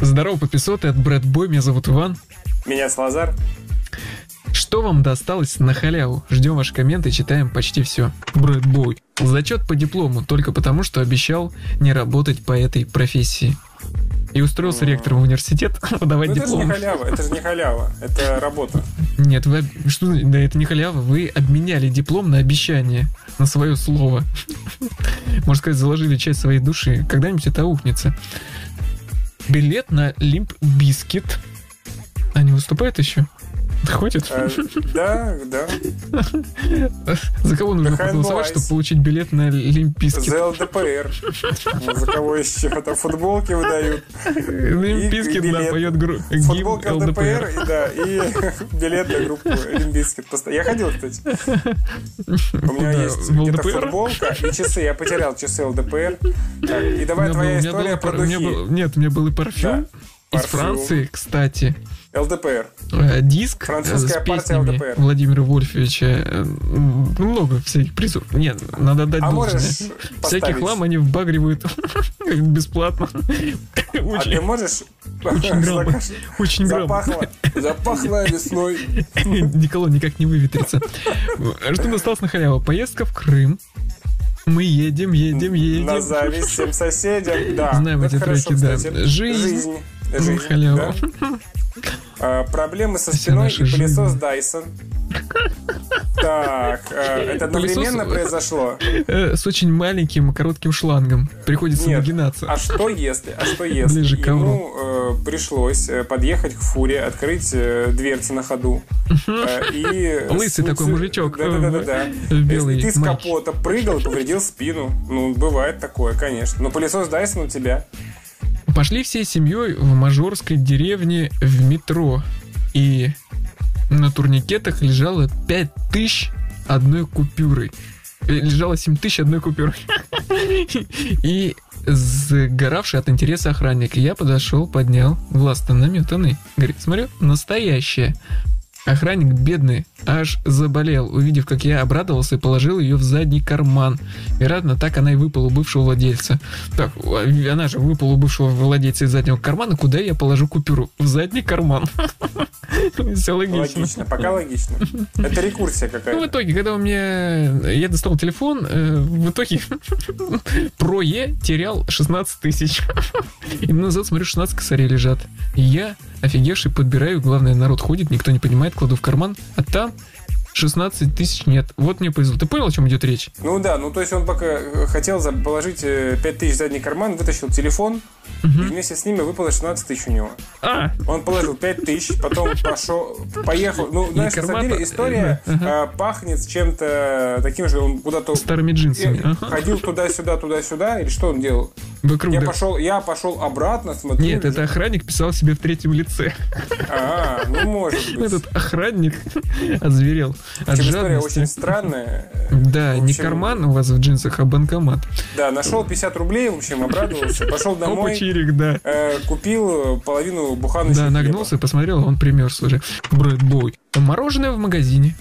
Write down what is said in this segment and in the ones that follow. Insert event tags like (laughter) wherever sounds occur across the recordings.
Здорово, пописоты, от Брэд Бой, меня зовут Иван. Меня Слазар. Что вам досталось на халяву? Ждем ваши комменты, читаем почти все. Брэд Бой. Зачет по диплому только потому, что обещал не работать по этой профессии. И устроился М. ректором в университет (laughs) Ну, подавать это же не диплом. халява, это же не халява, это работа. Нет, вы об- что, за- да это не халява, вы обменяли диплом на обещание, на свое слово. (laughs) Можно сказать, заложили часть своей души. Когда-нибудь это ухнется. Билет на Лимп Бискет. Они выступают еще? Хватит? Э, Да, да. За кого нужно The Hand проголосовать, Boys. чтобы получить билет на Лимп Бискет? За ЛДПР. За кого еще там футболки выдают. Лимп Бискет, да, билет. поет гру- гимн Футболка ЛДПР. ЛДПР, и, да, и билет на группу Олимпийский. Я ходил, кстати. У меня Да, есть в где-то LDPR? футболка и часы. Я потерял часы ЛДПр. Так, и У меня давай был- у твоя меня история было про пар- у меня духи. был- Нет, у меня был и парфюм. Из парфюм. Франции, кстати. ЛДПР. А Э, диск э, с Французская партия песнями ЛДПР. Владимира Вольфовича. Э, м, Ну, много всяких призов. Нет, надо отдать А должное. можешь Всякий поставить? хлам они вбагривают (laughs) бесплатно. А ты Очень, можешь можешь... (laughs) очень грамотно. Закаж- Очень грамотно. Запахло, запахло весной. (laughs) Николай никак не выветрится. Что досталось на халяву? Поездка в Крым. Мы едем, едем, едем. Э, На зависть всем соседям, да. Ну, Знаем Это эти хорошо, треки, да. кстати. Жизнь. Жизнь. Ну, Жизнь, халява. да. А, Проблемы со Вся спиной наша и пылесос жизнь. Dyson. Так, э, Пылесос- это одновременно произошло. Э, С очень маленьким коротким шлангом. Приходится Нет. нагинаться. А что если? А что если? Ближе к Ему э, пришлось э, подъехать к фуре, открыть э, дверцы на ходу. Э, и (laughs) Лысый с- такой мужичок, Да-да-да-да. э, в белой Если ты с мантии. капота прыгал, повредил спину. Ну, бывает такое, конечно. Но пылесос Dyson у тебя. Пошли всей семьей в мажорской деревне в метро. И на турникетах лежало 5000 одной купюры. Э, Лежало 7000 одной купюры. И загоравший от интереса охранник. Я подошел, поднял глаз-то наметанный. Говорит, смотрю, настоящая. Охранник бедный аж заболел, увидев, как я обрадовался и положил ее в задний карман. Вероятно, так она и выпала у бывшего владельца. Так, а она же выпала у бывшего владельца из заднего кармана. Куда я положу купюру? В задний карман. (laughs) Все логично. Логично, (laughs) пока логично. Это Ну, рекурсия в какая-то. итоге, когда у меня... Я достал телефон, э, в итоге (laughs) про Е терял 16 тысяч. (laughs) И назад смотрю, 16 косарей лежат. И я, офигевший, подбираю, главное, народ ходит, никто не понимает, кладу в карман, а там 16 тысяч нет. Вот мне повезло. Ты понял, о чем идет речь? Ну да, ну то есть он пока э, хотел за- положить 5 тысяч в задний карман, вытащил телефон, и вместе с ними выпало 16 тысяч у него. А, Он положил 5 тысяч, потом пошел, поехал. Ну, знаешь, на самом кармата- деле история да, а, ага. э, пахнет чем-то таким же, он куда-то старыми джинсами. э, Ага. ходил туда-сюда, туда-сюда, или что он делал? Вокруг, Я да. пошел, я пошел обратно, смотрю. Нет, лежит- это охранник писал себе в третьем лице. (laughs) А, ну может быть. Этот охранник (laughs) озверел от Причем история жадности. очень странная. Да, В не общем, карман у вас в джинсах, а банкомат. Да, нашел 50 рублей, в общем, обрадовался, пошел Опа, домой. чирик, да. э, купил половину Да, буханочного нагнулся, посмотрел, он примерз уже. Брэд Бой. Мороженое в магазине.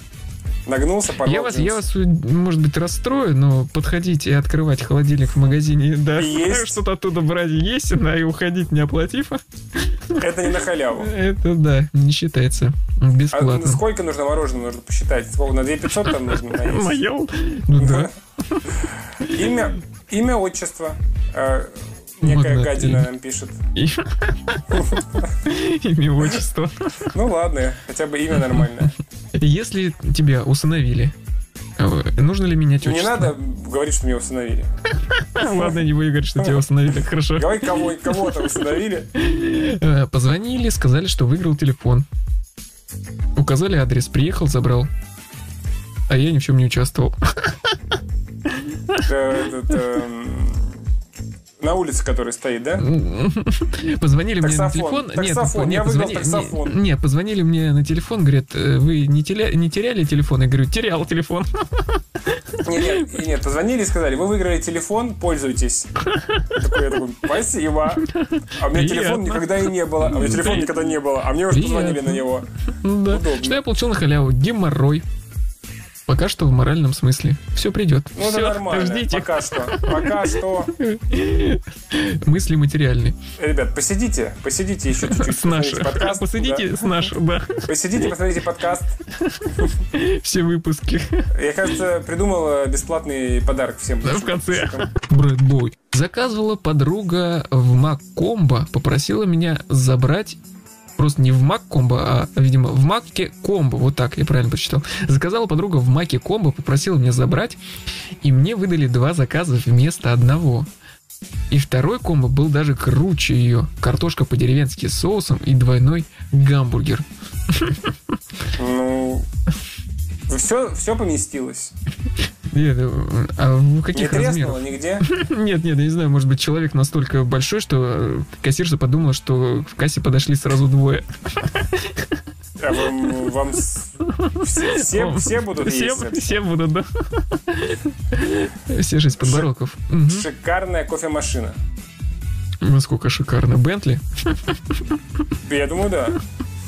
хлеба. Нагнулся, порвал Я вас, джинсы. я вас, может быть, расстрою, но подходить и открывать холодильник в магазине, да, Есть. что-то оттуда брать есть, да, и уходить не оплатив, Это не на халяву. это, да, не считается А бесплатно. сколько нужно мороженого, нужно посчитать? Сколько? На 2500 там нужно (laughs) наесть? Наел? Ну да. Имя, имя отчество. Э, Некая Модно. гадина нам пишет. И- Имя, отчество. Ну ладно, хотя бы имя нормальное. Если тебя усыновили, э, нужно ли менять Не отчество? надо говорить, что меня усыновили. Ладно, не буду говорить, что тебя усыновили, хорошо. Говори, кого, кого-то усыновили. Э, Позвонили, сказали, что выиграл телефон. Указали адрес, приехал, забрал. А я ни в чем не участвовал. (laughs) Э, этот, эм, На улице, который стоит, да? Позвонили мне на Таксофон, телефон. таксофон, я выиграл позвони- таксофон. Не, не, позвонили мне на телефон, говорят, «Э, вы не, теля- не теряли телефон? Я говорю, терял телефон. (laughs) Нет, нет, и нет, позвонили и сказали, вы выиграли телефон, пользуйтесь. Такой, я такой, спасибо. А у меня Приятно. телефон никогда и не было. А у меня телефон никогда не было. А мне уже позвонили Приятно. на него. Да. Удобно. Что я получил на халяву? Геморрой. Пока что в моральном смысле. Все придет. Ну, это Всё, нормально. Ждите. Пока что. Пока что. Мысли материальны. Ребят, посидите. Посидите еще чуть-чуть. С нашей. посмотрите подкаст, Посадите с нашей, да. да. Посидите, посмотрите подкаст. Все выпуски. Я, кажется, придумал э, бесплатный подарок всем. Да, в конце. подписчикам. Брэдбой. Заказывала подруга в Маккомбо, попросила меня забрать просто не в Маккомбо, а, видимо, в Маке Комбо, вот так, я правильно прочитал. Заказала подруга в Маке Комбо, попросила меня забрать, и мне выдали два заказа вместо одного. И второй комбо был даже круче ее. Картошка по-деревенски с соусом и двойной гамбургер. Ну, все, все поместилось. Нет, э, а в Не каких размерах? треснуло нигде. Нет, нет, я не знаю, может быть, человек настолько большой, что э, кассирша подумала, что в кассе подошли сразу двое. А вам, вам с- все, все, все будут все, есть. это. все будут, да. Все шесть подбороков. Мгм. Шикарная кофемашина. Насколько шикарно. Бентли. Я думаю, да.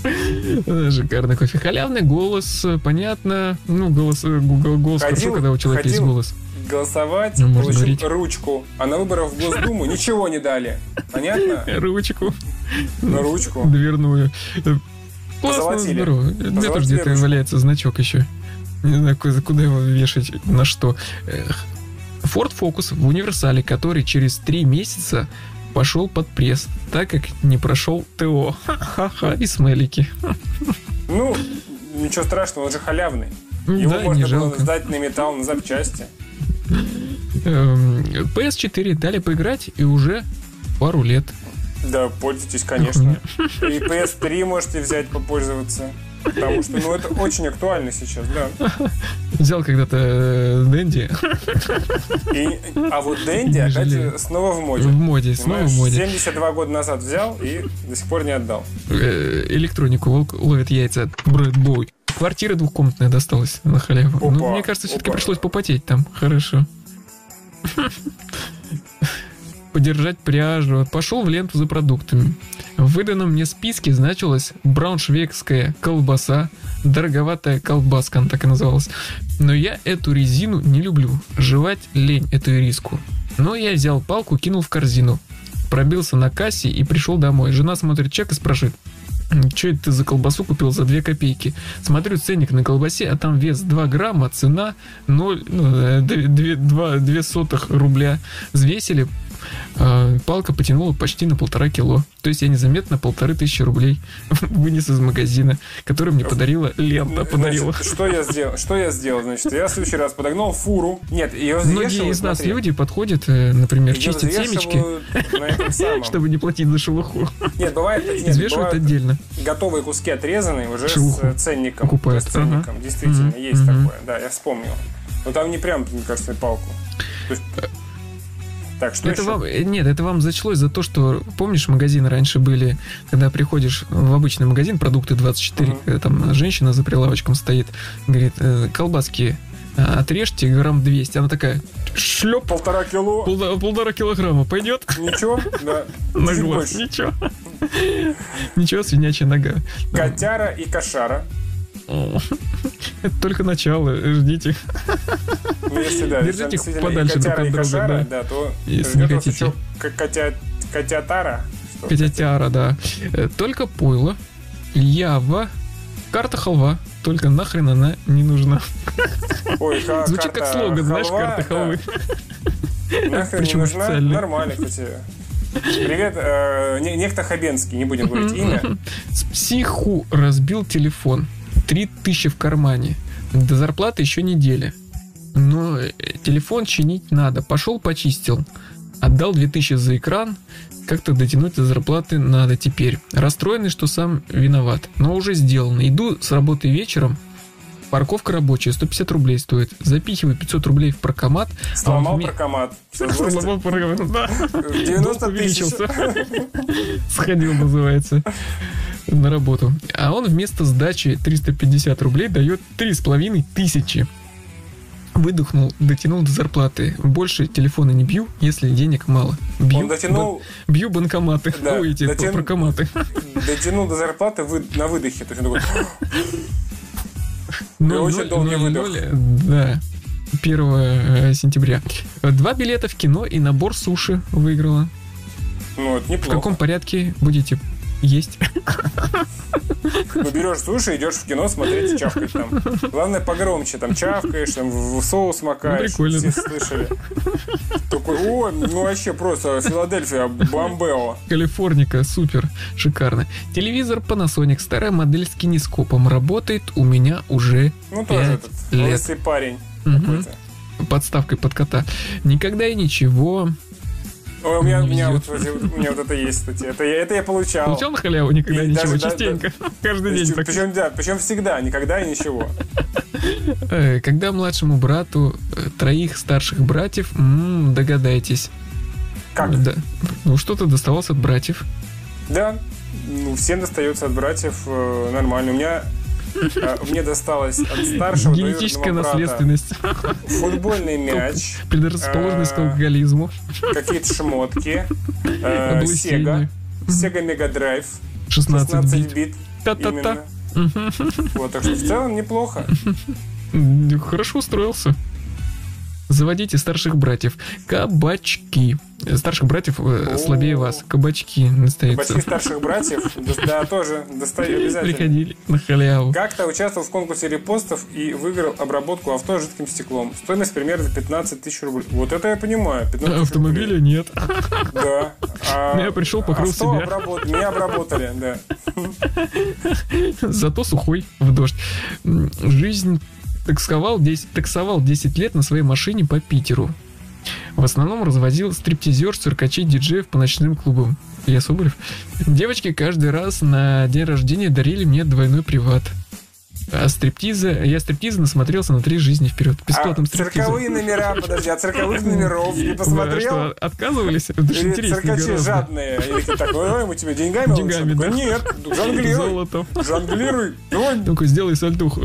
Э, Шикарный кофе. Халявный голос, э, понятно. Ну, голос, э, гу- гу- голос Ходил, хорошо, когда у человека есть ходил. голос. Голосовать, Ну, можно получил говорить. ручку, а на выборах в Госдуму ничего не дали. Понятно? Э, Ручку На ручку. дверную. Э, Классно, Позолотили. здорово. У меня тоже Позолотили где-то ручку. валяется значок еще. Не знаю, куда куда его вешать, на что. Эх. Ford Focus в универсале, который через три месяца пошел под пресс, так как не прошел ТО. Ха-ха, и смайлики. Ну, ничего страшного, он же халявный. Его Да, не можно было жалко. сдать на металл, на запчасти. Эм, PS4 дали поиграть и уже пару лет. Да, пользуйтесь, Ну, конечно. И PS3 можете взять, попользоваться. Потому что, ну, это очень актуально сейчас, да. Взял когда-то э, Дэнди И, а вот Дэнди Не опять жалею. снова в моде. в моде, снова Понимаешь, в моде. 72 года назад взял и до сих пор не отдал. Э, Электронику волк ловит яйца. Брэдбой. Квартира двухкомнатная досталась на халяву. Опа, Ну, мне кажется, все-таки опа. пришлось попотеть там. Хорошо. Подержать пряжу. Пошел в ленту за продуктами. В выданном мне списке значилась брауншвейгская колбаса, дороговатая колбаска, она так и называлась. Но я эту резину не люблю. Жевать лень эту ириску. Но я взял палку, кинул в корзину. Пробился на кассе и пришел домой. Жена смотрит чек и спрашивает, что это ты за колбасу купил за 2 копейки? Смотрю ценник на колбасе, а там вес 2 грамма, цена 0, ну, э, две- две- два- две сотых рубля. Взвесили, э, палка потянула почти на полтора кило. То есть я незаметно полторы тысячи рублей (laughs) вынес из магазина, который мне подарила лента. Подарила. Значит, что я сделал? Что я сделал? Значит, я в следующий раз подогнал фуру. Нет, ее Многие взвешивают, из нас смотри. люди подходят, э, например, Её чистят семечки, взвешивают на этом (laughs) самом. чтобы не платить за шелуху. Нет, бывает, И нет, взвешивают бывают отдельно. готовые куски отрезанные уже с Шелуху э, ценником. покупают, С ценником, ага. действительно, Мгм, есть мгм. такое. Да, я вспомнил. Но там не прям, мне кажется, палку. То есть- Так, что это еще? вам, э, нет, это вам зачлось за то, что, помнишь, магазины раньше были, когда приходишь в обычный магазин, продукты 24, Мгм. когда там женщина за прилавочком стоит, говорит, «Э, колбаски э, отрежьте грамм 200. Она такая, шлеп, Полтора кило. полда- полтора килограмма пойдет Ничего, да. (laughs) на Чуть глаз, больше. ничего. Ничего, свинячья нога. Котяра и кошара. О, Это только начало, э, ждите. Ну, если да, Держите если их действительно подальше и котяра, друг от и друга, кошара, да. да, то Если не ждёт вас хотите. ещё к- котя- котятара. Что? Хотя тиара, да. Э, Только пойло, ява, карта халва. Только нахрен она не нужна. Ой, (laughs) ха- Звучит карта как слоган, знаешь, халва, карта да. халвы. Нахрен не Причем нужна? официально. Нормально, хоть и- Привет, э, не- некто Хабенский, не будем говорить имя. С психу разбил телефон. Три тысячи в кармане. До зарплаты еще неделя. Но э, телефон чинить надо. Пошел, почистил. Отдал 2000 за экран. Как-то дотянуть до зарплаты надо теперь. Расстроенный, что сам виноват. Но уже сделано. Иду с работы вечером. Парковка рабочая, 150 рублей стоит. Запихиваю 500 рублей в паркомат. а он Сломал вме- прокомат. Что, злость? Сломал паркомат, да. Долг 90 тысяч. (laughs) Сходил, называется, на работу. А он вместо сдачи 350 рублей дает 3,5 тысячи. Выдохнул, дотянул до зарплаты. Больше телефона не бью, если денег мало. Бью, Он дотянул, бан- бью банкоматы. Да, Ой, эти дотян- (laughs) паркоматы. дотянул до зарплаты вы- на выдохе. То есть он такой... ноль- очень ноль- долгий ноль- выдох. ноль, Да. 1 сентября. Два билета в кино и набор суши выиграла. Ну, это В неплохо. каком порядке будете есть? Ну, берешь суши, идешь в кино смотреть и чавкать там. Главное, погромче там чавкаешь, там в в соус макаешь. Прикольно. Все слышали. Такой, о, ну вообще просто Филадельфия, Бомбео. Калифорника, супер, шикарно. Телевизор Panasonic, старая модель с кинескопом, работает у меня уже Ну, тоже Пять этот лет. лысый парень Мгм. какой-то. подставкой под кота. Никогда и ничего. Ой, у меня, у, меня Везет. вот, эти- у меня вот это есть, кстати. Это, я- это я получал. Получал на халяву никогда И и ничего, даже- да- частенько. (laughs) Каждый день так. Причем, да, причем всегда, никогда и ничего. Э, Когда младшему брату э, троих старших братьев, м, догадайтесь. Как? Да. Ну, что-то доставалось от братьев. Да, ну, всем достается от братьев э, нормально. У меня э, мне досталось от (laughs) старшего Генетическая двоюродного брата наследственность, (laughs) футбольный мяч, предрасположенность к А, алкоголизму, какие-то шмотки, (laughs) э, Sega, облысение. Sega Mega Drive, 16 16 бит. бит, Та-та-та. именно. Вот, так что в целом неплохо. Мгм. Хорошо устроился. Заводите старших братьев. Кабачки. Э, Старших братьев э, О. слабее вас. Кабачки настоится. Почти старших братьев, да, да, тоже (laughs) достаю обязательно. Приходили на халяву. Как-то участвовал в конкурсе репостов и выиграл обработку авто жидким стеклом. Стоимость примерно 15 тысяч рублей. Вот это я понимаю. 15 тысяч рублей. Автомобиля нет. Да. А Ну, Я пришел, покрыл авто себя. обработ- Меня обработали, да. (laughs) Зато сухой в дождь. М, Жизнь таксовал 10, таксовал 10 лет на своей машине по Питеру. В основном развозил стриптизер, циркачей, диджеев по ночным клубам. Я Соболев. Девочки каждый раз на день рождения дарили мне двойной приват. А стриптиза... Я стриптиза насмотрелся на три жизни вперед. Бесплатным А стриптизом. цирковые номера, подожди, а цирковых (laughs) номеров не Вы посмотрел? что, отказывались? Это же Или интереснее циркачи гораздо. жадные? Или ты такой, ой, мы тебе деньгами лучше?» Деньгами, Такой, да. Нет, жонглируй, Золото. жонглируй. Давай, Ну-ка, сделай сальтуху.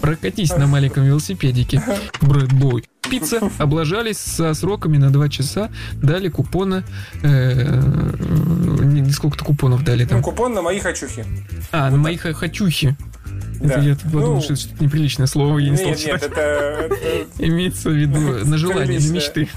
Прокатись на маленьком велосипедике. Брэдбой. Пицца. Облажались со сроками на 2 часа. Дали купона. э, не- не Сколько-то купонов дали ну, там. купон на мои хочухи. А, на мои ха- хочухи. Да. Это я подумал, Ну, что это что-то неприличное слово. Я не стал Нет, нет, читать. это... это- Имеется в виду (laughs) на желание, на Приличное. мечты.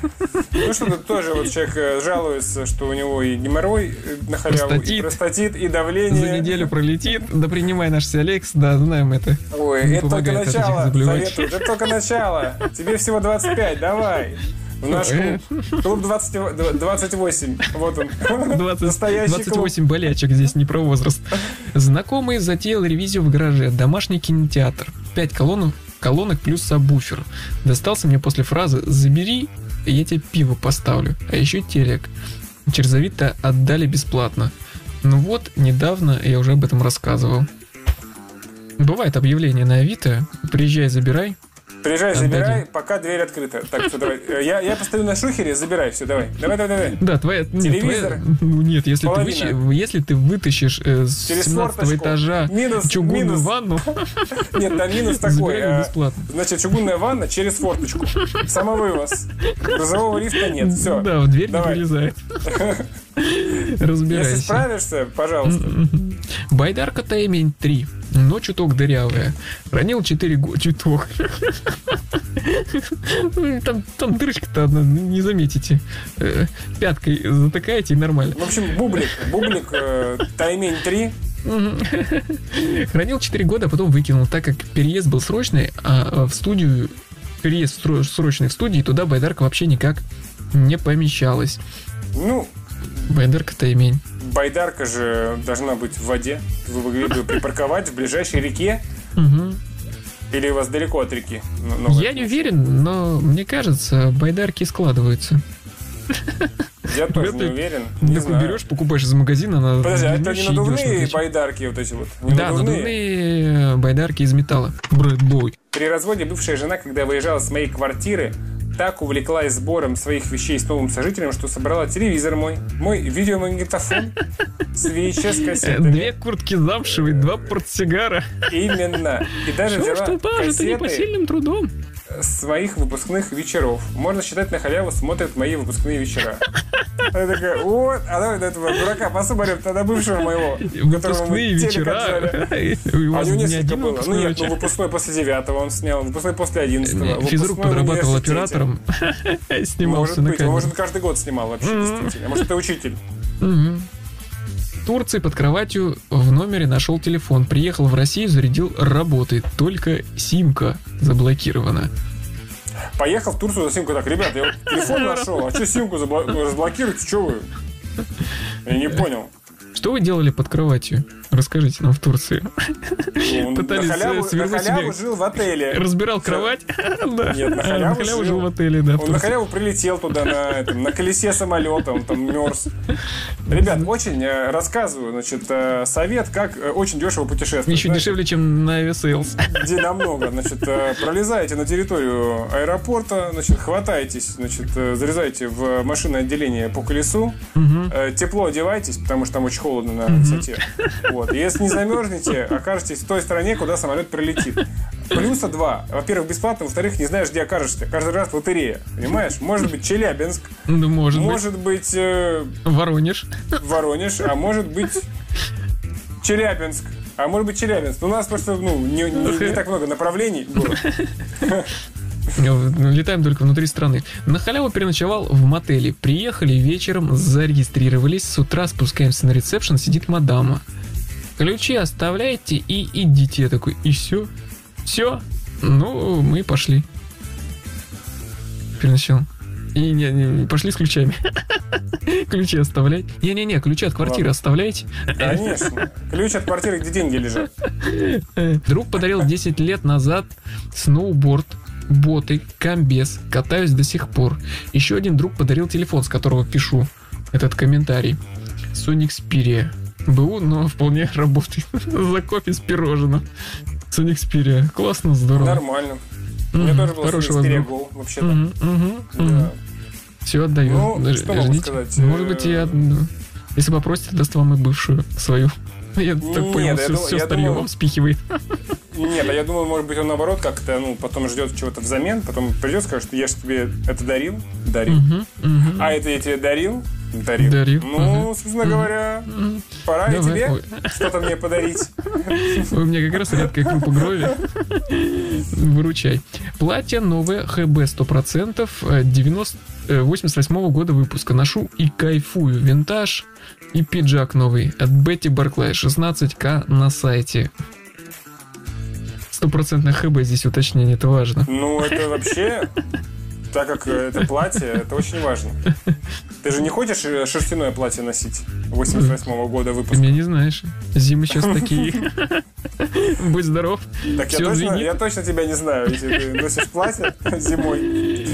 Ну что тут тоже вот человек э, жалуется, что у него и геморрой э, на халяву, и Простатит. простатит, и За давление. неделю пролетит. Да принимай наш Алекс, да, знаем это. Ой, Не это только помогает от этих начало. заболеваний. Советую, это только начало. Тебе всего 25, давай. В наш Э. клуб. Клуб 20, 28. Вот он. 20 Настоящий клуб. 28 болячек здесь не про возраст. Знакомый затеял ревизию в гараже. Домашний кинотеатр. 5 колонок, колонок плюс сабвуфер. Достался мне после фразы «Забери, и я тебе пиво поставлю». А еще телек. Черзовито отдали бесплатно. Ну вот, недавно я уже об этом рассказывал. Бывает объявление на Авито. Приезжай, забирай. Приезжай, Отдадим. забирай, пока дверь открыта. Так, все, давай. Э, Я, я постою на шухере, забирай, все, давай. Давай, давай, давай. Да, твоя... нет, Телевизор? твоя- ну, нет, если ты, Половина. вычи- если ты вытащишь э, с Через 17 форточку. этажа Минус, чугунную минус. ванну, Нет, там (laughs) минус такой. забирай а, бесплатно. Значит, чугунная ванна через форточку. Самовывоз. Грузового лифта нет. Все. Да, в дверь не давай. (laughs) прилезает. Если Разбирайся. справишься, пожалуйста. Мгм. Байдарка Таймень 3. Но чуток дырявая. Ранил 4 года. Чуток. (laughs) Там, там дырочка-то одна, не заметите. Э, Пяткой затыкаете и нормально. В общем, бублик. Бублик э, таймень 3. Мгм. Хранил 4 года, а потом выкинул, так как переезд был срочный, а в студию переезд сро- срочный в студии, туда байдарка вообще никак не помещалась. Ну, Байдарка-то имень. Байдарка же должна быть в воде. Вы могли бы припарковать в ближайшей реке Мгм. или у вас далеко от реки? Ну, ну, Я не уверен, но мне кажется, байдарки складываются. Я тоже не Вряд ли. уверен. Не Такую знаю. берешь, покупаешь из магазина, она Подожди, а это не длиннющая, идешь надувные на плече. байдарки вот эти вот? Не Да, надувные э, байдарки из металла. Брэдбой. При разводе бывшая жена, когда выезжала с моей квартиры, так увлеклась сбором своих вещей с новым сожителем, что собрала телевизор мой, мой (laughs) видеомагнитофон с Две VHS-кассетами. куртки замшевые, два портсигара. Именно. И даже Все, взяла что пажито а кассеты непосильным трудом. с моих выпускных вечеров. Можно считать, на халяву смотрят мои выпускные вечера. Она такая, вот, а давай на этого дурака посмотрим, тогда бывшего моего, которого мы Выпускные телек вечера. отжали». (laughs) У А у вас него не несколько один было. Ну выпускной нет, ну вечер? выпускной после девятого он снял, выпускной после одиннадцатого. Э, Физрук подрабатывал оператором, (laughs) снимался Может на быть, он, камеру. М-м-м. может, каждый год снимал вообще, действительно. А Может, это учитель. Мгм. В Турции под кроватью в номере нашел телефон. Приехал в Россию, зарядил, работает. Только симка заблокирована. Поехал в Турцию за симку. Так, ребят, я вот телефон нашел, а что симку забла- разблокируете, что вы? Я не понял. Что вы делали под кроватью? Расскажите нам в Турции. (laughs) Он Пытались, на э, халяву, на свернуть халяву себе- жил в отеле. Разбирал кровать? (laughs) Да. Нет, на халяву жил. жил в отеле, да. в Он на Турции. халяву прилетел туда на, этом, на колесе самолета, он там мерз. Ребят, очень э, рассказываю, значит, э, совет, как э, очень дешево путешествовать. Еще Знаете, дешевле, чем на Aviasales. где намного. Значит, э, пролезаете на территорию аэропорта, значит, хватаетесь, значит, э, залезаете в машинное отделение по колесу, э, тепло одевайтесь, потому что там очень холодно на высоте. Вот. И Если не замерзнете, окажетесь в той стране, куда самолет прилетит. Плюса два. Во-первых, бесплатно, во-вторых, не знаешь, где окажешься. Каждый раз лотерея. Понимаешь? Может быть, Челябинск, Ну, может быть. может быть, э, Воронеж. Воронеж, а может быть Челябинск. А может быть Челябинск. Ну, у нас просто ну, не, не- не так много направлений было. Э, Летаем только внутри страны. На халяву переночевал в мотеле. Приехали вечером, зарегистрировались. С утра спускаемся на ресепшн, сидит мадама. Ключи оставляйте и идите. Я такой, и все? Все? Ну, мы пошли. Переночевал. И не, не, пошли с ключами. (laughs) Ключи оставляйте. Не-не-не, ключи от квартиры Ладно. оставляйте. Конечно. Ключ от квартиры, где деньги лежат. Друг подарил 10 лет назад сноуборд, боты, комбез. Катаюсь до сих пор. Еще один друг подарил телефон, с которого пишу этот комментарий. Sony Xperia. БУ, но вполне работает. (laughs) За кофе с пирожным. Sony Xperia. Классно, здорово. Нормально. У меня Мгм, тоже был хороший Sony Xperia вопрос. Go, вообще-то. Да. Все отдаю. Ну, Ж- что могу ждите. сказать, Может быть, э, я... ну, Если попросите, даст вам и бывшую свою. (laughs) Я так Нет, понял, я все, думал- я старье думал- вам спихивает. Нет, а я думал, может быть, он наоборот как-то, ну, потом ждет чего-то взамен, потом придет, скажет, что я же тебе это дарил, дарил. Мгм, мгм. А это я тебе дарил, дарил. Дарил, Ну, ага. собственно говоря, пора и Давай, тебе ой. что-то мне подарить. Ой, У меня как раз редкая группа Грови. Выручай. Платье новое ХБ 100%, э, 90, э, 88 года выпуска. Ношу и кайфую. Винтаж и пиджак новый от Бетти Барклай. 16к на сайте. Стопроцентное ХБ здесь уточнение, это важно. Ну, это вообще, так как э, это платье, это очень важно. Ты же не хочешь э, шерстяное платье носить 88 года Ты выпуска? меня не знаешь. Зимы сейчас такие. Будь здоров. Так я Всё точно, звенит. я точно тебя не знаю, если ты носишь платье (laughs) зимой.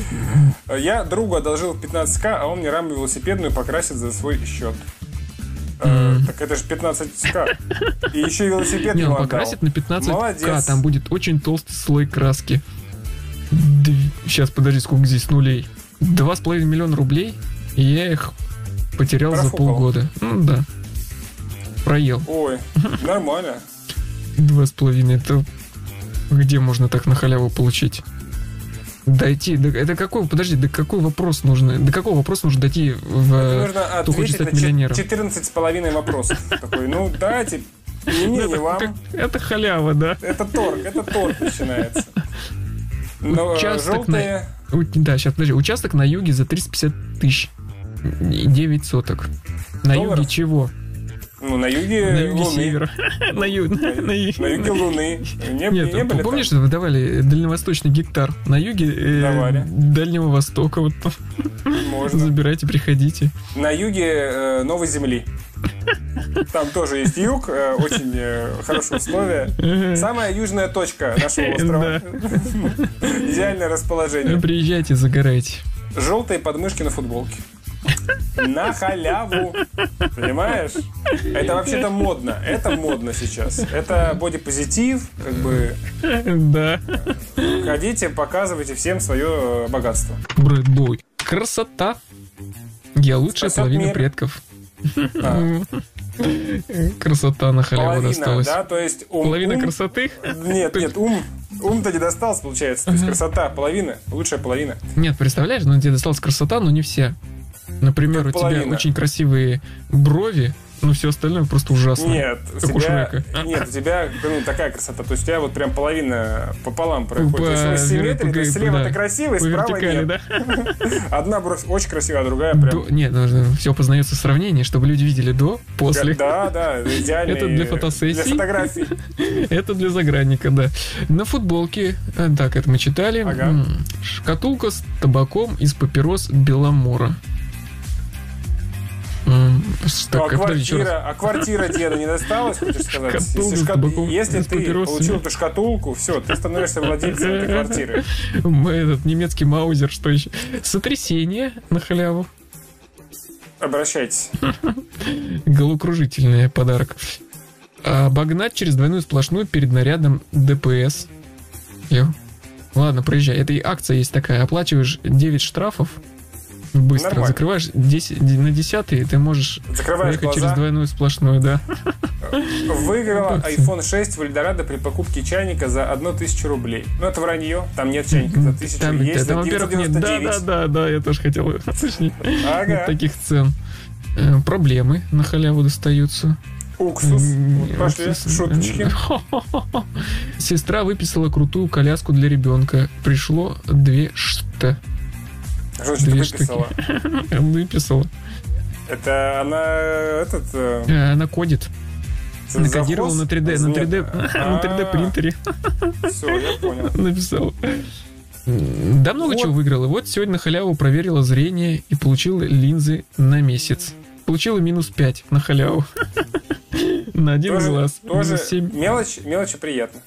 Я другу одолжил 15к, а он мне раму велосипедную покрасит за свой счет. Э, Так это же 15к. И еще и велосипед Не, ему он отдал. покрасит на 15 к Молодец. Там будет очень толстый слой краски. Сейчас, подожди, сколько здесь нулей? Два с половиной миллиона рублей. И я их потерял за Профукал. полгода. Ну да. Проел. Ой, нормально. Два с половиной. Это где можно так на халяву получить? Дойти. до- Это какой, подожди, до какой вопрос нужно? До какого вопроса нужно дойти в... Нужно Э, кто хочет ответить на стать миллионером? 14 с половиной вопросов. Такой, ну дайте, не мне, не Ну, (laughs) это, вам. как- это халява, да. Это торг, это торг начинается. Но э, Участок на- желтые... У- Да, сейчас, подожди. Участок на юге за 350 тысяч. 9 соток. На Долларов? юге чего? Ну, на юге, на юге Луны. севера. (laughs) на, ю- на, На ю- юге Луны. Не, Нет, не были помнишь, что выдавали дальневосточный гектар? На юге э, Давали. Дальнего Востока. Вот там там? Можно. забирайте, приходите. На юге э, Новой Земли. Там тоже есть юг, э, очень э, хорошие условия. Самая южная точка нашего острова. Идеальное расположение. Приезжайте, загорайте. (laughs) Желтые подмышки на футболке. На халяву. Понимаешь? Это вообще-то модно. Это модно сейчас. Это бодипозитив. Как бы да. ходите, показывайте всем свое э, богатство. Брэд Бой. Красота. Я лучшая Спасет половина мир. предков. А, Красота на халяву половина, досталась. да, то есть ум. Половина ум- красоты? Нет, нет, ум. ум-то не достался, получается. То есть красота половина, лучшая половина. Нет, представляешь, ну тебе досталась красота, но не все. Например, у Как тебя половина. очень красивые брови, но все остальное просто ужасно. Нет, Как у у тебя, Шрека. нет, у тебя ну, такая красота. То есть у тебя вот прям половина пополам проходит. По- То есть у нас по- симметрия, то есть по- слева да. ты красивый, По справа вертикали, нет. да? Одна бровь очень красивая, а другая прям... До- нет, все познается в сравнении, чтобы люди видели до, после. Да, да, идеально. Это для фотосессий. Для фотографий. (laughs) Это для загранника, да. На футболке, э, так, это мы читали. Ага. М, Шкатулка с табаком из папирос Беломора. М, с- Ну, Так, а, как подожди, еще раз. квартира, а квартира деда не досталась, хочешь сказать? Шкатулка Если, с шкат- табаком, если с ты папиросами. получил эту шкатулку, все, ты становишься владельцем этой квартиры. М, Этот немецкий маузер, что еще? Сотрясение на халяву. Обращайтесь. Голокружительный подарок. А Обогнать через двойную сплошную перед нарядом ДПС. Ё. Ладно, проезжай. Это и акция есть такая. Оплачиваешь 9 штрафов. Быстро Нормально. закрываешь 10, на 10 ты можешь Закрываешь проехать через глаза. двойную сплошную, да. Выиграла Акции. iPhone 6 в Эльдорадо при покупке чайника за 1000 рублей. Ну, это вранье. Там нет чайника за 1000, Там, есть там, за во-первых, нет. Да, да, 999. да, да, я тоже хотел уточнить. Вот Ага. таких цен. Э, Проблемы на халяву достаются. Уксус. М, Вот Пошли вот, шуточки. (laughs) Сестра выписала крутую коляску для ребенка. Пришло две шта. Что значит Две выписала? Выписала. Это она этот... э, Э, Она кодит. Накодировала завхоз? на 3D, на Нет. 3D, (laughs) на 3D А, принтере (laughs) Все, я понял. написала. М, Да много Вот. чего выиграла. Вот сегодня на халяву проверила зрение и получила линзы на месяц. Получила минус 5 на халяву. (laughs) На один Тоже- глаз. Тоже Минус 7. мелочь, мелочи приятно.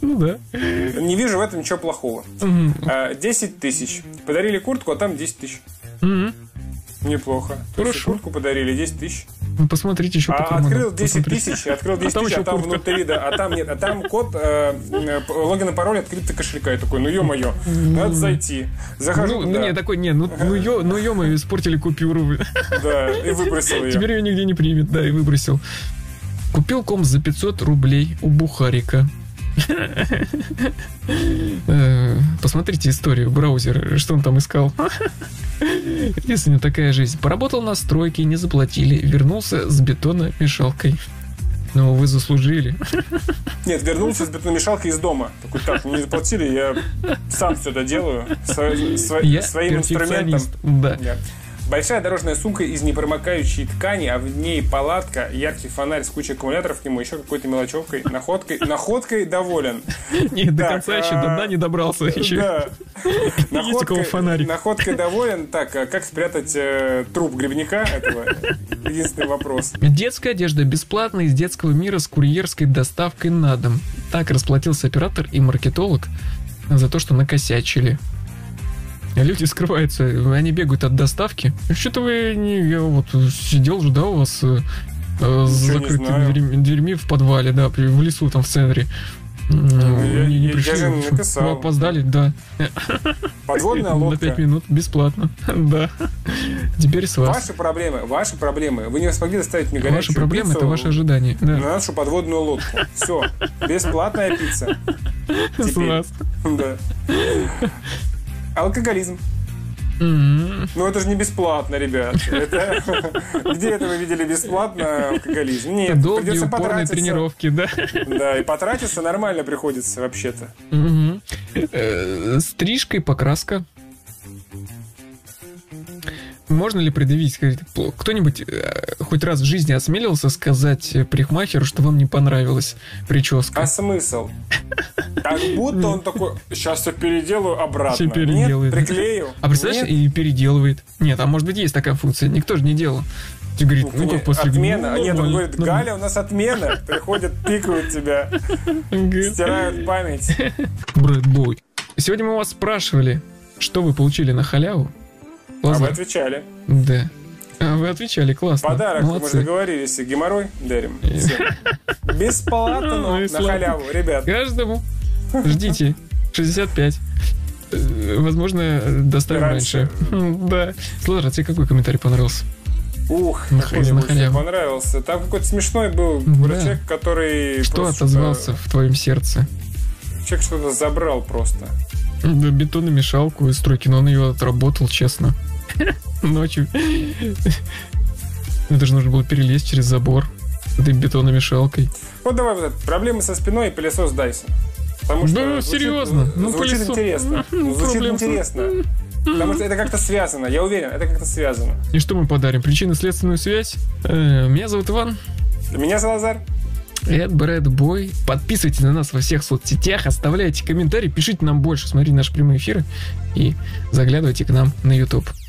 Ну да. Не вижу в этом ничего плохого. Мгм. А, 10 тысяч. Подарили куртку, а там 10 тысяч. Мгм. Неплохо. То есть и Хорошо. куртку подарили 10 тысяч. Ну, Посмотрите еще по А карманам. открыл 10 Посмотрите. тысяч, открыл 10 там тысяч, а еще там куртка. внутри, да, а там нет, а там код, э, э, п- логин и пароль от крипто кошелька. Я такой, ну ё-моё, надо зайти. Захожу, Ну, ну, да, не, такой, не, ну, ну, ё, ну ё-моё, испортили купюру. вы. да, и выбросил ее. Теперь ее нигде не примет, да, и выбросил. Купил комп за 500 рублей у Бухарика. Э, Посмотрите историю браузера, что он там искал. Если не такая жизнь. Поработал на стройке, не заплатили. Вернулся с бетономешалкой. Ну, вы заслужили. Нет, вернулся с бетономешалкой из дома. Такой, так, ну, мне не заплатили, я сам все доделаю сво- сво- Я своим инструментом. перфекционист. Да. Да. Большая дорожная сумка из непромокающей ткани, а в ней палатка, яркий фонарь с кучей аккумуляторов к нему, еще какой-то мелочевкой, находкой. Находкой доволен. Не, до Так, конца еще, а, до дна не добрался еще. (laughs) Да. у кого фонарик. находкой доволен. Так, а как спрятать э, труп грибника этого? Единственный вопрос. Детская одежда бесплатно из детского мира с курьерской доставкой на дом. Так расплатился оператор и маркетолог за то, что накосячили. Люди скрываются, они бегают от доставки. Что-то вы не... Я вот сидел, же, да, у вас э, э, с Ничего не закрытыми знаю. дверьми, дверьми в подвале, да, при- в лесу там в центре. М, Ну, ну, я- не- не я- я пришли, же в общем. написал. Вы опоздали, да. Подводная На 5 лодка. минут бесплатно. (laughs) Да. Теперь с вас. Ваши проблемы, ваши проблемы. Вы не смогли доставить мне горячую Ваша проблема пиццу это ваше ожидание. на Да. нашу подводную лодку. Все. Бесплатная пицца. (laughs) С Ну, теперь. вас. Да. Алкоголизм. М. Ну это же не бесплатно, ребят. Это- (laughs) Где это вы видели бесплатно алкоголизм? Нет, Долгие придется упорные потратиться. тренировки, (laughs) да. Да, и потратиться нормально приходится вообще-то. Мгм. Э, Стрижка и покраска. Можно ли предъявить, говорит, пл- кто-нибудь э, хоть раз в жизни осмеливался сказать э, парикмахеру, что вам не понравилась прическа? А смысл? Как будто он такой, сейчас все переделаю обратно. Всё переделает. Нет, приклею. А представляешь, Нет. и переделывает. Нет, а может быть есть такая функция, никто же не делал. Ты говорит, ну как постригли? Отмена. Ну, А Нет, он нормально, говорит, нормально. Галя, у нас отмена. Приходят, пикают тебя, Говорит, стирают память. ну, Брэд Бой. Сегодня мы вас спрашивали, что вы получили на халяву. А вы Лазарь. отвечали. Да. А вы отвечали, классно. Подарок, мы же Молодцы. договорились, и геморрой дарим. Всё. Бесплатно, Ну, но на Бесплатно. халяву, ребят. Каждому. Ждите. 65. Э, Возможно, доставим Раньше. раньше. М, Да. Слушай, а тебе какой комментарий понравился? Ух, На какой мне халяву. больше понравился. Там какой-то смешной был Да. человек, который... Что просто, отозвался в твоем сердце? э, человек что-то забрал просто. Да, бетономешалку из стройки, но он ее отработал, честно. (laughs) Ночью. Это же нужно было перелезть через забор с этой бетономешалкой. Вот давай вот это. Проблемы со спиной и пылесос Dyson. Потому что Да, звучит- серьезно? Ну, звучит пылесос- интересно. (laughs) Ну, Звучит проблем со- интересно. Потому что это как-то связано, я уверен, это как-то связано. И что мы подарим? Причинно-следственную связь? Э, Меня зовут Иван. Меня Салазар. Это Брэд Бой. Подписывайтесь на нас во всех соцсетях, оставляйте комментарии, пишите нам больше, смотрите наши прямые эфиры и заглядывайте к нам на YouTube.